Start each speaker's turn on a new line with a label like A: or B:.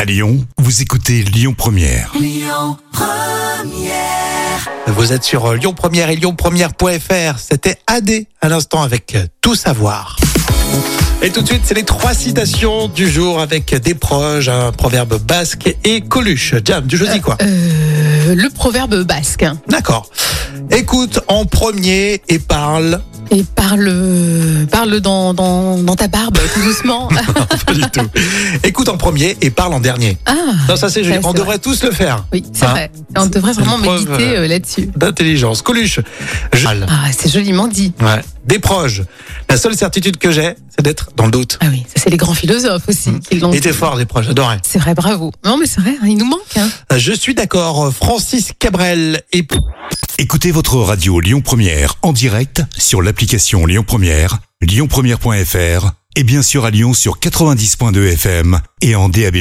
A: À Lyon, vous écoutez Lyon Première.
B: Vous êtes sur euh, Lyon Première et lyonpremière.fr. C'était AD à l'instant avec euh, Tout savoir. Et tout de suite, c'est les trois citations du jour avec des proches, un proverbe basque et Coluche. Jam, du jeudi quoi.
C: Euh, le proverbe basque. hein.
B: D'accord. Écoute en premier et parle.
C: Et parle, euh, parle dans, dans, dans ta barbe, tout doucement.
B: Non, pas du tout. Écoute en premier et parle en dernier.
C: Ah,
B: Non, ça c'est joli.
C: Ouais,
B: On
C: c'est
B: devrait tous le faire.
C: oui, c'est
B: Hein,
C: vrai. On devrait
B: c'est une
C: vraiment
B: preuve,
C: méditer
B: euh,
C: euh, là-dessus.
B: D'intelligence. Coluche. Je-
C: Ah, c'est joliment dit.
B: Ouais. Des proches. La seule certitude que j'ai, c'est d'être dans le doute.
C: Ah oui, ça c'est les grands philosophes aussi qui l'ont
B: Il était
C: dit.
B: fort, Mm. des proches. J'adorais.
C: C'est vrai, bravo. Non mais c'est vrai, hein, il nous manque. hein.
B: Euh, Je suis d'accord. Francis Cabrel et
A: Écoutez votre radio Lyon Première en direct sur l'application Lyon Première, lyonpremière.fr et bien sûr à Lyon sur 90.2 FM et en DAB+.